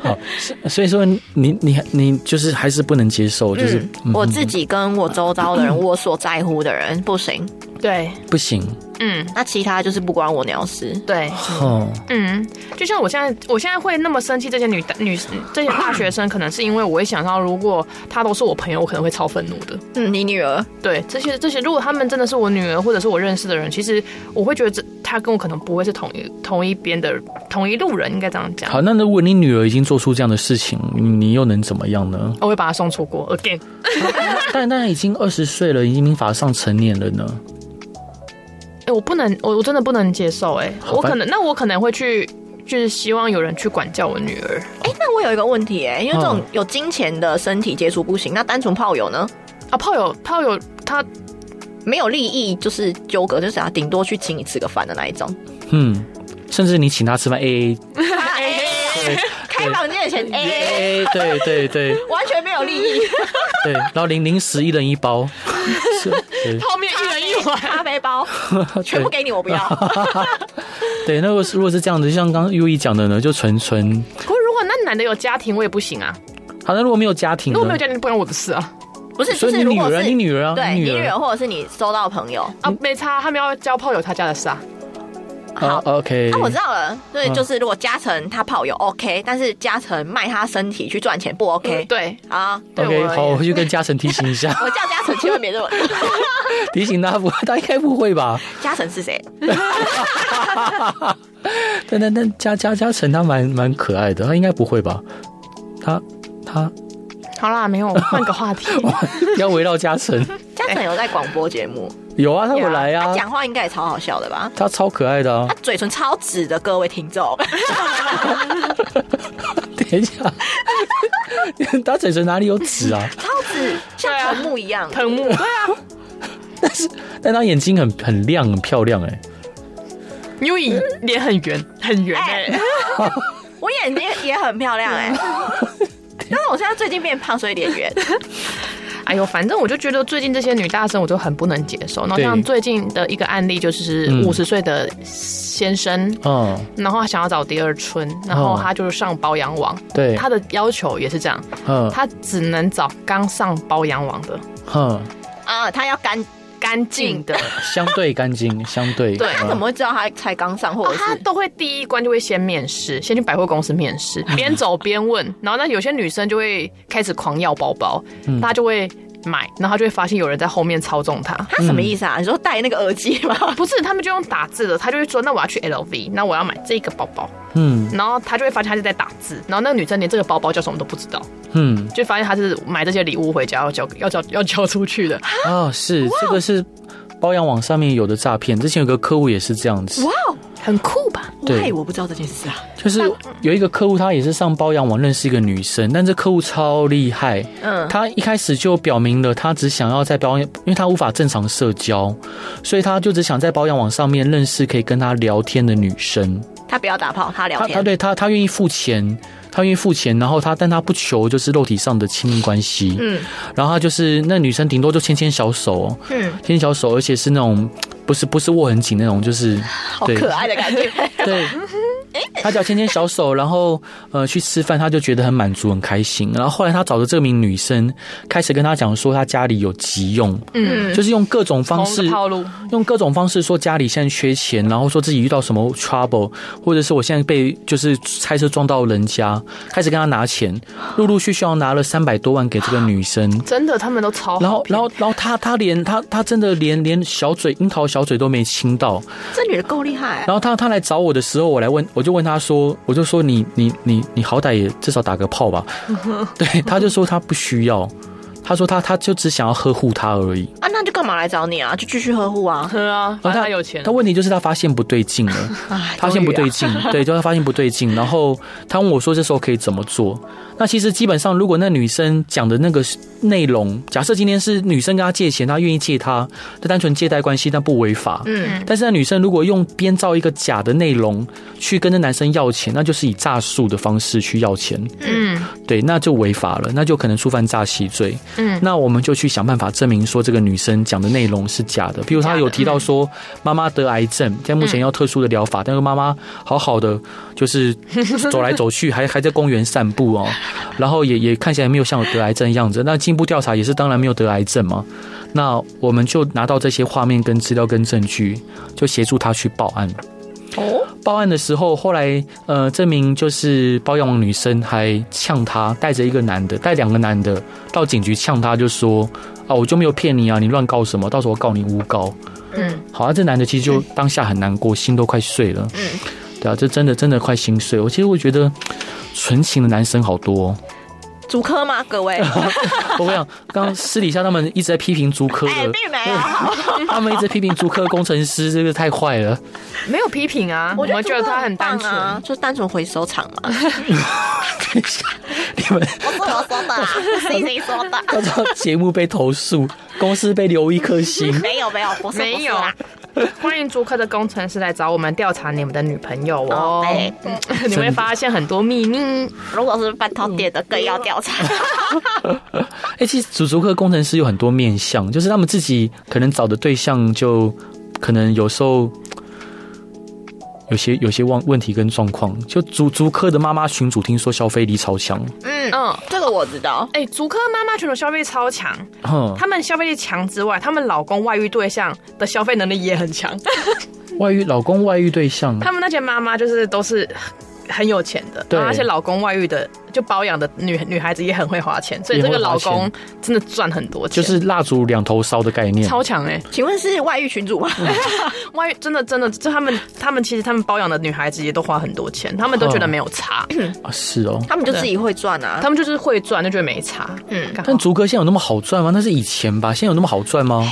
Speaker 1: 好，所所以说你你你就是还是不能接受，就是、嗯
Speaker 2: 我自己跟我周遭的人，我所在乎的人不行，
Speaker 3: 对，
Speaker 1: 不行
Speaker 3: 嗯，
Speaker 2: 那其他就是不关我鸟事。
Speaker 3: 对，
Speaker 1: 哦。
Speaker 3: 嗯，就像我现在，我现在会那么生气这些女大女这些大学生，可能是因为我会想到，如果她都是我朋友，我可能会超愤怒的。
Speaker 2: 嗯，你女儿
Speaker 3: 对，这些这些，如果他们真的是我女儿或者是我认识的人，其实我会觉得这她跟我可能不会是同一同一边的同一路人，应该这样讲。
Speaker 1: 好，那如果你女儿已经做出这样的事情，你你又能怎么样呢？
Speaker 3: 我会把她送出国 again。
Speaker 1: 但但已经二十岁了，已经民法上成年了呢。
Speaker 3: 哎、我不能，我我真的不能接受、哎，
Speaker 1: 好
Speaker 3: 我
Speaker 1: 反
Speaker 3: 可能那我可能会去，就是希望有人去管教我女儿。
Speaker 2: 哎、那我有一个问题哎、因为这种
Speaker 1: 嗯
Speaker 2: 有金钱的身体接触不行，那单纯炮友呢？
Speaker 3: 啊，炮友炮友，他
Speaker 2: 没有利益就是纠葛，就是啊，顶多去请你吃个饭的那一种。啊哎
Speaker 1: 嗯，甚至你请他吃饭 A A，
Speaker 2: 开房间的钱，哎、
Speaker 1: A A，对对对
Speaker 2: 完全没有利益。
Speaker 1: 对，然后零零食一人一包，是对
Speaker 3: 泡面一出来。
Speaker 2: 咖啡包全部给你，我不要。
Speaker 1: 对，那如果是如果是这样子，就像刚刚 U E 讲的呢，就纯纯。
Speaker 3: 可是如果那男的有家庭，我也不行啊。
Speaker 1: 好，那如果没有家庭
Speaker 3: 如
Speaker 1: 呢，
Speaker 3: 果没有家庭，不关我的事啊。
Speaker 2: 不是，
Speaker 1: 所
Speaker 2: 就
Speaker 1: 以
Speaker 2: 是
Speaker 1: 你
Speaker 2: 如
Speaker 1: 女
Speaker 2: 果
Speaker 1: 儿，
Speaker 2: 是
Speaker 1: 你女儿啊，
Speaker 2: 对
Speaker 1: 你
Speaker 2: 你
Speaker 1: 女
Speaker 2: 女
Speaker 1: 儿
Speaker 2: 儿，或者是你收到朋友，
Speaker 1: 嗯
Speaker 3: 啊，没差，他们要交炮友，他家的事啊。
Speaker 1: 啊，OK，
Speaker 2: 那、我知道了。对，
Speaker 1: 嗯
Speaker 2: 就是如果嘉诚他炮友 OK，但是嘉诚卖他身体去赚钱不 OK
Speaker 3: 对，
Speaker 1: 嗯
Speaker 2: 啊。
Speaker 3: 对
Speaker 1: OK，
Speaker 3: 我而
Speaker 1: 好，
Speaker 3: 言
Speaker 1: 我去跟嘉诚提醒一下，
Speaker 2: 我叫嘉诚，千万别这么。
Speaker 1: 提醒他不，他应该不会吧？
Speaker 2: 嘉诚是谁？
Speaker 1: 但但但嘉嘉嘉诚他蛮蛮可爱的，他应该不会吧？他他
Speaker 3: 好啦，没有，换个话 题。
Speaker 1: 要围绕嘉诚，
Speaker 2: 嘉诚有在广播节目，
Speaker 1: 有啊，他有
Speaker 3: 有啊
Speaker 1: 来啊
Speaker 2: 他，讲话应该也超好笑的吧？
Speaker 1: 他超可爱的啊
Speaker 2: 他。 嘴唇超直的，各位听 众，
Speaker 1: 等一下， 他嘴唇哪里有纸啊？
Speaker 2: 超直，像
Speaker 3: 对啊
Speaker 2: 藤木一样。
Speaker 3: 藤木，对啊
Speaker 1: 但他眼睛很很亮，很漂亮哎、
Speaker 3: ，U 以脸很圆，很圆哎、
Speaker 2: 哎我眼睛也很漂亮 哎、但是我现在最近变胖，所以脸 圆。
Speaker 3: 哎呦，反正我就觉得最近这些女大生我就很不能接受。然后
Speaker 1: 对
Speaker 3: 像最近的一个案例，就是
Speaker 1: 嗯
Speaker 3: 五十岁的先生，
Speaker 1: 嗯，
Speaker 3: 然后他想要找第二春，然后他就是上包养网，
Speaker 1: 对，
Speaker 3: 他的要求也是这样，
Speaker 1: 嗯
Speaker 3: 他只能找刚上包养网的、
Speaker 1: 嗯，
Speaker 2: 啊，他要干，
Speaker 3: 干净 的，
Speaker 1: 相对干 净，相对嗯
Speaker 3: 对
Speaker 2: 他怎么会知道他才刚上，或
Speaker 3: 哦
Speaker 2: 者
Speaker 3: 他
Speaker 2: 是
Speaker 3: 都会第一关就会先面试，先去百货公司面试，
Speaker 1: 嗯
Speaker 3: 边走边问，然后那有些女生就会开始狂要包包，
Speaker 1: 嗯
Speaker 3: 她就会买，然后她就会发现有人在后面操纵她。
Speaker 2: 他什么意思啊？你说戴那个耳机吗？
Speaker 3: 不是，他们就用打字的，他就会说，那我要去 LV，那我要买这个包包，
Speaker 1: 嗯
Speaker 3: 然后他就会发现他是在打字，然后那个女生连这个包包叫什么都不知道，
Speaker 1: 嗯
Speaker 3: 就发现他是买这些礼物回家要交要交要交出去的，
Speaker 1: 哦，是这个是包养网上面有的诈骗，之前有个客户也是这样子，
Speaker 2: 哇哦，
Speaker 3: 很酷吧？
Speaker 1: 对
Speaker 2: 喂，我不知道这件事啊。
Speaker 1: 就是有一个客户他也是上包养网认识一个女生，但这客户超厉害，
Speaker 2: 嗯，
Speaker 1: 他一开始就表明了，他只想要在保养，因为他无法正常社交，所以他就只想在保养网上面认识可以跟他聊天的女生。
Speaker 2: 他不要打炮，他聊
Speaker 1: 他他
Speaker 2: 天。
Speaker 1: 对他他愿意付钱，他愿意付钱，然后他但他不求就是肉体上的亲密关系。
Speaker 2: 嗯
Speaker 1: 然后他就是那女生顶多就牵牵小手，哦，
Speaker 2: 嗯，
Speaker 1: 牵小手，而且是那种不是不是握很紧那种，就是
Speaker 2: 好哦可爱的感 觉。
Speaker 1: 对，他只要牵牵小手，然后呃去吃饭，他就觉得很满足、很开心。然后后来他找的这名女生开始跟他讲说，他家里有急用，
Speaker 3: 嗯，
Speaker 1: 就是用各种方
Speaker 3: 同一
Speaker 1: 式
Speaker 3: 个，套路，
Speaker 1: 用各种方式说家里现在缺钱，然后说自己遇到什么 trouble，或者是我现在被就是开车撞到人家，开始跟他拿钱，陆陆续续要拿了三百多万给这个女生。
Speaker 3: 真的他们都超
Speaker 1: 然后
Speaker 3: 好，骗
Speaker 1: 然后，然后他他连他他真的连连小嘴樱桃小嘴都没亲到，
Speaker 2: 这女的够厉害， 啊
Speaker 1: 然后他他来找我的时候，我来问，我就问他说，我就说你你你你好歹也至少打个炮吧。
Speaker 3: 嗯
Speaker 1: 对，他就说他不需要，他说他他就只想要呵护他而已。
Speaker 2: 啊，那就干嘛来找你啊？就继续呵护啊。
Speaker 3: 呵啊，
Speaker 1: 然后
Speaker 3: 反正
Speaker 1: 他
Speaker 3: 他有钱哎
Speaker 1: 他，问题就是他发现不对劲 了，发现不对劲，对，就他发现不对劲。然后他问我说这时候可以怎么做？那其实基本上，如果那女生讲的那个内容，假设今天是女生跟他借钱，他愿意借他，这单纯借贷关系，但不违法。
Speaker 2: 嗯，
Speaker 1: 但是那女生如果用编造一个假的内容去跟那男生要钱，那就是以诈术的方式去要钱，
Speaker 3: 嗯
Speaker 1: 对，那就违法了，那就可能触犯诈欺罪。
Speaker 3: 嗯，
Speaker 1: 那我们就去想办法证明说这个女生讲的内容是假的。比嗯如她有提到说妈妈得癌症，在目前要特殊的疗法，但是妈妈好好的就是 走来走去，还还在公园散步哦，然后也也看起来没有像有得癌症的样子。那进一步调查也是当然没有得癌症嘛。那我们就拿到这些画面跟资料跟证据，就协助她去报案。
Speaker 2: 哦，
Speaker 1: 报案的时候，后来呃，这名就是包养网女生还呛他，带着一个男的，带两个男的到警局呛他，就说啊，我就没有骗你啊，你乱告什么？到时候我告你诬告。
Speaker 2: 嗯
Speaker 1: 好啊，这男的其实就当下很难过，心都快碎了。
Speaker 2: 嗯，
Speaker 1: 对啊，这真的真的快心碎。我其实我觉得纯情的男生好多、 哦。
Speaker 2: 主科吗？各位，
Speaker 1: 我想刚刚私底下他们一直在批评租科
Speaker 2: 哎，
Speaker 1: 的，
Speaker 2: 并没有。
Speaker 1: 他们一直批评租科工程师，这个太坏 了。
Speaker 3: 没有批评啊，我们觉得他
Speaker 2: 很
Speaker 3: 很单
Speaker 2: 棒啊就
Speaker 3: 纯，
Speaker 2: 单纯回收厂嘛。
Speaker 1: 你们
Speaker 2: 我是我说 的啦，不是谁说 的。啊
Speaker 1: 到时候节目被投诉，公司被留一颗星。
Speaker 2: 没有没有，不是
Speaker 3: 没
Speaker 2: 不是
Speaker 3: 有
Speaker 2: 啦。哦
Speaker 3: 欢迎竹科的工程师来找我们调查你们的女朋友哦嗯
Speaker 2: 哦，对，
Speaker 3: 你会发现很多秘密。
Speaker 2: 如果是半导体的，更要调查。
Speaker 1: 哎、其实主足科工程师有很多面向，就是他们自己可能找的对象就可能有时候有些有些问问题跟状况。就足足科的妈妈群主听说消费力超强，
Speaker 2: 嗯，
Speaker 3: 嗯，
Speaker 2: 这个我知道。
Speaker 3: 哎、竹科妈妈群的消费力超强，
Speaker 1: 哼，
Speaker 3: 他们消费力强之外，他们老公外遇对象的消费能力也很强。
Speaker 1: 外遇老公外遇对象，
Speaker 3: 他们那些妈妈就是都是很有钱的，
Speaker 1: 嗯对
Speaker 3: 然后而且老公外遇的就保养的女女孩子也很会花钱，所以这个老
Speaker 1: 也会花
Speaker 3: 公真的赚很多
Speaker 1: 就
Speaker 3: 钱，
Speaker 1: 是嗯蜡烛两头烧的概念。
Speaker 3: 超强哎、欸！
Speaker 2: 请问是外遇群主吗？
Speaker 3: 嗯外遇真的真的，就他们他们其实他们包养的女孩子也都花很多钱，他们都觉得没有差，
Speaker 1: 啊，是哦。
Speaker 2: 他们就自己会赚啊。
Speaker 3: 他们就是会赚就觉得没差。
Speaker 2: 嗯，
Speaker 3: 嗯刚好
Speaker 1: 但足科现在有那么好赚吗？那是以前吧，现在有那么好赚吗？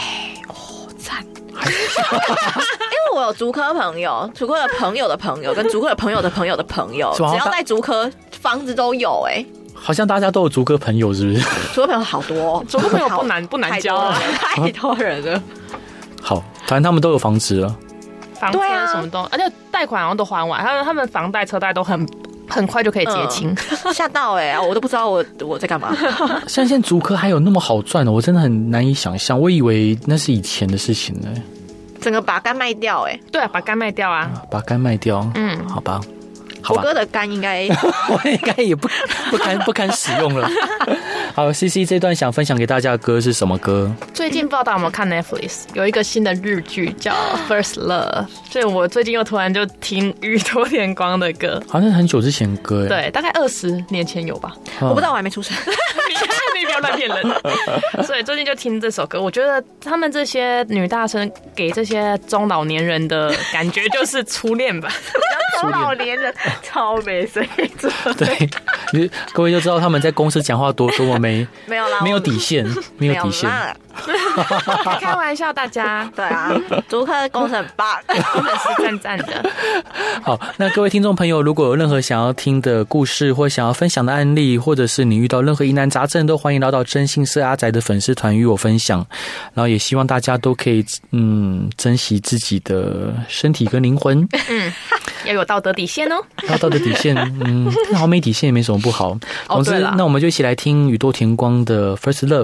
Speaker 2: 因为我有竹科朋友，竹科的朋友的朋友，跟竹科的朋友的朋友的朋友，
Speaker 1: 是
Speaker 2: 只
Speaker 1: 吗
Speaker 2: 要在竹科房子都有哎、
Speaker 1: 好像大家都有足科朋友，是不是？
Speaker 2: 竹科朋友好多、哦，
Speaker 3: 竹科朋友不难不难
Speaker 2: 太
Speaker 3: 交
Speaker 2: 多了
Speaker 3: 啊，
Speaker 2: 太多人 了。
Speaker 1: 好，反正他们都有房子了。
Speaker 3: 房车
Speaker 2: 对啊
Speaker 3: 什么都，而且贷款好像都还完，他们他们房贷车贷都很很快就可以结清。
Speaker 2: 吓到哎、我都不知道我我在干嘛。
Speaker 1: 像现在足科还有那么好赚的，我真的很难以想象。我以为那是以前的事情呢，
Speaker 2: 整个把肝卖掉哎、
Speaker 3: 对啊，把肝卖掉啊，
Speaker 1: 把肝卖掉。
Speaker 3: 嗯，
Speaker 1: 好吧，好
Speaker 2: 我
Speaker 1: 吧
Speaker 2: 哥，的肝应该
Speaker 1: 我应该也不不堪不堪使用 了。好，C C 这段想分享给大家的歌是什么歌？
Speaker 3: 最近不知道大家有没有看 Netflix 有一个新的日剧叫 《First Love》，所以我最近又突然就听宇多田光的歌，
Speaker 1: 好像是很久之前的歌哎。
Speaker 3: 对，大概二十年前有吧。
Speaker 1: 嗯
Speaker 2: 我不知道，我还没 出生。
Speaker 3: 你不要乱骗人。 所以最近就听这首歌，我觉得他们这些女大生给这些中老年人的感觉就是初恋 吧，
Speaker 1: 初恋
Speaker 2: 年人超没水准，
Speaker 1: 对，你各位就知道他们在公司讲话多多么没
Speaker 2: 没有啦，
Speaker 1: 没有
Speaker 2: 我
Speaker 1: 底线，没有底线。
Speaker 2: 啦。
Speaker 3: 开玩笑，大家
Speaker 2: 对啊，竹科工程很 棒。
Speaker 3: 是赞赞的。
Speaker 1: 好，那各位听众朋友，如果有任何想要听的故事，或想要分享的案例，或者是你遇到任何疑难杂症，都欢迎来到真心社阿宅的粉丝团与我分享。然后也希望大家都可以嗯珍惜自己的身体跟灵魂，
Speaker 3: 要有道德底线哦。
Speaker 1: 要道德底线，嗯，好没底线也没什么不好。
Speaker 3: 哦
Speaker 1: 总之，
Speaker 3: 对啦
Speaker 1: 那我们就一起来听宇多田光的《First Love》。